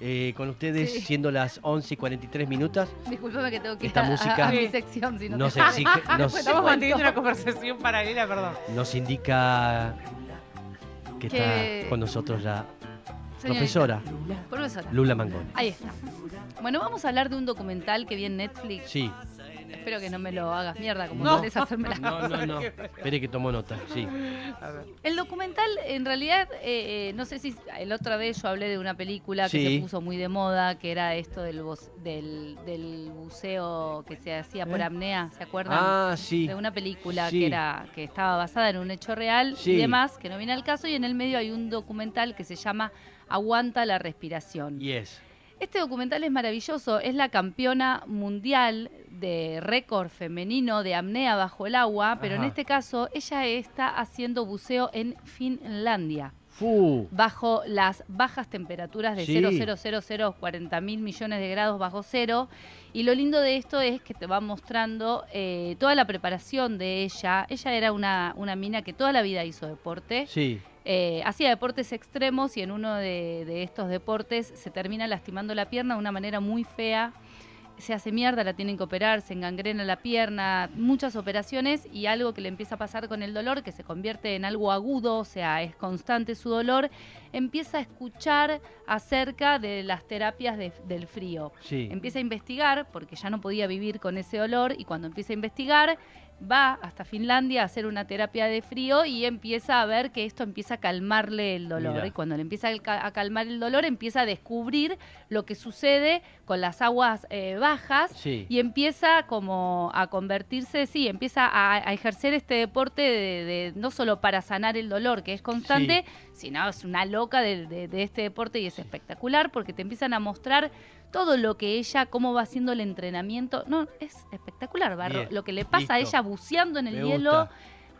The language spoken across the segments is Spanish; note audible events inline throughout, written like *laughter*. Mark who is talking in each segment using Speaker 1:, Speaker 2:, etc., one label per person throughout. Speaker 1: Eh, con ustedes,
Speaker 2: Sí.
Speaker 1: siendo las 11 y 43 minutos.
Speaker 2: Disculpame que tengo que
Speaker 1: Esta
Speaker 2: ir a-
Speaker 1: música
Speaker 2: a, mi
Speaker 3: Sí.
Speaker 2: sección, si no
Speaker 1: nos
Speaker 2: te-
Speaker 1: exige,
Speaker 2: *laughs*
Speaker 1: nos-
Speaker 2: Ah, después te
Speaker 3: Pues Estamos
Speaker 2: cuento.
Speaker 3: manteniendo una conversación paralela, perdón.
Speaker 1: Nos indica que
Speaker 2: Que-
Speaker 1: está con nosotros la
Speaker 2: Señorita,
Speaker 1: profesora
Speaker 2: Ah, Profesora.
Speaker 1: Lula Mangone.
Speaker 2: Ahí está. Bueno, vamos a hablar de un documental que vi en Netflix.
Speaker 1: Sí,
Speaker 2: Espero que no me lo hagas mierda como
Speaker 3: No.
Speaker 2: no. hacerme la
Speaker 1: no, no, no. Espere que tomó nota, sí.
Speaker 3: *laughs* A ver.
Speaker 2: El documental, en realidad, eh, eh, no sé si la otra vez yo hablé de una película que
Speaker 1: Sí.
Speaker 2: se puso muy de moda, que era esto del, boc- del, del buceo que se hacía por
Speaker 1: ¿Eh?
Speaker 2: apnea, ¿se acuerdan?
Speaker 1: Ah, sí.
Speaker 2: de una película
Speaker 1: Sí.
Speaker 2: que era que estaba basada en un hecho real
Speaker 1: Sí.
Speaker 2: y demás, que no viene al caso, y en el medio hay un documental que se llama Aguanta la respiración.
Speaker 1: Yes.
Speaker 2: Este documental es maravilloso, es la campeona mundial de récord femenino de apnea bajo el agua, pero
Speaker 1: Ajá.
Speaker 2: en este caso ella está haciendo buceo en Finlandia,
Speaker 1: Fu.
Speaker 2: bajo las bajas temperaturas de
Speaker 1: Uh. Sí.
Speaker 2: 0,000, 40 mil millones de grados bajo cero. Y lo lindo de esto es que te va mostrando eh, toda la preparación de ella. Ella era una, una mina que toda la vida hizo deporte.
Speaker 1: Sí.
Speaker 2: Eh, hacía deportes extremos y en uno de, de estos deportes se termina lastimando la pierna de una manera muy fea. Se hace mierda, la tienen que operar, se engangrena la pierna, muchas operaciones y algo que le empieza a pasar con el dolor, que se convierte en algo agudo, o sea, es constante su dolor, empieza a escuchar acerca de las terapias de- del frío.
Speaker 1: Sí.
Speaker 2: Empieza a investigar porque ya no podía vivir con ese olor y cuando empieza a investigar va hasta Finlandia a hacer una terapia de frío y empieza a ver que esto empieza a calmarle el dolor.
Speaker 1: Mirá.
Speaker 2: Y cuando le empieza a ca- a calmar el dolor empieza a descubrir lo que sucede con las aguas eh, bajas
Speaker 1: Sí.
Speaker 2: y empieza como a convertirse, sí, empieza a, a ejercer este deporte de, de- no solo para sanar el dolor, que es constante, sino es una loca de, de- de este deporte y es espectacular porque te empiezan a mostrar todo lo que ella, cómo va haciendo el entrenamiento. No, es espectacular, Barro.
Speaker 1: Bien,
Speaker 2: Lo que le pasa a
Speaker 1: listo.
Speaker 2: ella buceando en el
Speaker 1: Me
Speaker 2: hielo.
Speaker 1: gusta.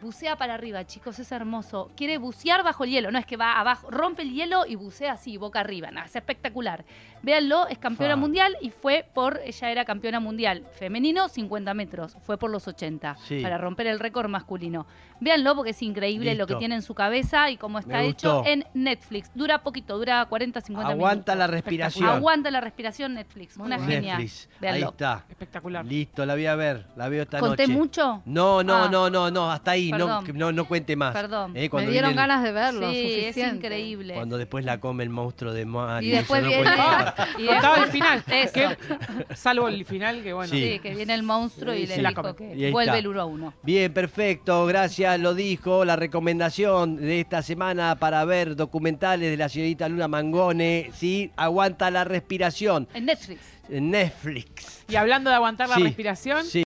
Speaker 2: Bucea para arriba, chicos, es hermoso. Quiere bucear bajo el hielo, no es que va abajo, rompe el hielo y bucea así, boca arriba. Nada, es espectacular. Véanlo, es campeona
Speaker 1: Fa.
Speaker 2: mundial y fue por, ella era campeona mundial femenino, 50 metros, fue por los 80,
Speaker 1: Sí.
Speaker 2: para romper el récord masculino. Véanlo porque es increíble lo que
Speaker 1: Listo.
Speaker 2: tiene en su cabeza y cómo está
Speaker 1: Me
Speaker 2: hecho
Speaker 1: gustó.
Speaker 2: en Netflix. Dura poquito, dura 40, 50
Speaker 1: Aguanta
Speaker 2: minutos.
Speaker 1: la respiración.
Speaker 2: Aguanta la respiración Netflix, una
Speaker 3: bueno.
Speaker 2: genia.
Speaker 1: Netflix. Ahí
Speaker 2: Véanlo.
Speaker 1: está.
Speaker 3: Espectacular.
Speaker 1: Listo, la voy a ver. La veo esta
Speaker 2: ¿Conté
Speaker 1: noche.
Speaker 2: mucho?
Speaker 1: No, no,
Speaker 2: Ah.
Speaker 1: no, no, no, hasta ahí, no,
Speaker 2: Perdón.
Speaker 1: que- no, no cuente más.
Speaker 2: Perdón.
Speaker 1: Eh,
Speaker 4: Me
Speaker 1: cuando
Speaker 4: dieron
Speaker 1: viene-
Speaker 4: ganas de verlo.
Speaker 2: sí, es
Speaker 4: suficiente.
Speaker 2: increíble.
Speaker 1: Cuando después la come el monstruo de Mari.
Speaker 2: Y después
Speaker 1: eso no
Speaker 2: viene-
Speaker 1: cuenta más.
Speaker 2: Y
Speaker 3: Ah, Contaba
Speaker 2: después-
Speaker 3: el final.
Speaker 2: Eso.
Speaker 3: que- salvo el final, que bueno.
Speaker 1: Sí.
Speaker 2: Sí, que viene el monstruo y
Speaker 1: Sí,
Speaker 2: le
Speaker 1: sí.
Speaker 3: La
Speaker 2: dijo
Speaker 3: come.
Speaker 1: Y ahí
Speaker 2: que vuelve
Speaker 1: está.
Speaker 2: el 1 a 1.
Speaker 1: Bien, perfecto, gracias, lo dijo. La recomendación de esta semana para ver documentales de la señorita Luna Mangone, ¿sí? Aguanta la respiración.
Speaker 2: En Netflix.
Speaker 1: Netflix.
Speaker 3: Y hablando de aguantar la
Speaker 1: Sí,
Speaker 3: respiración,
Speaker 1: sí.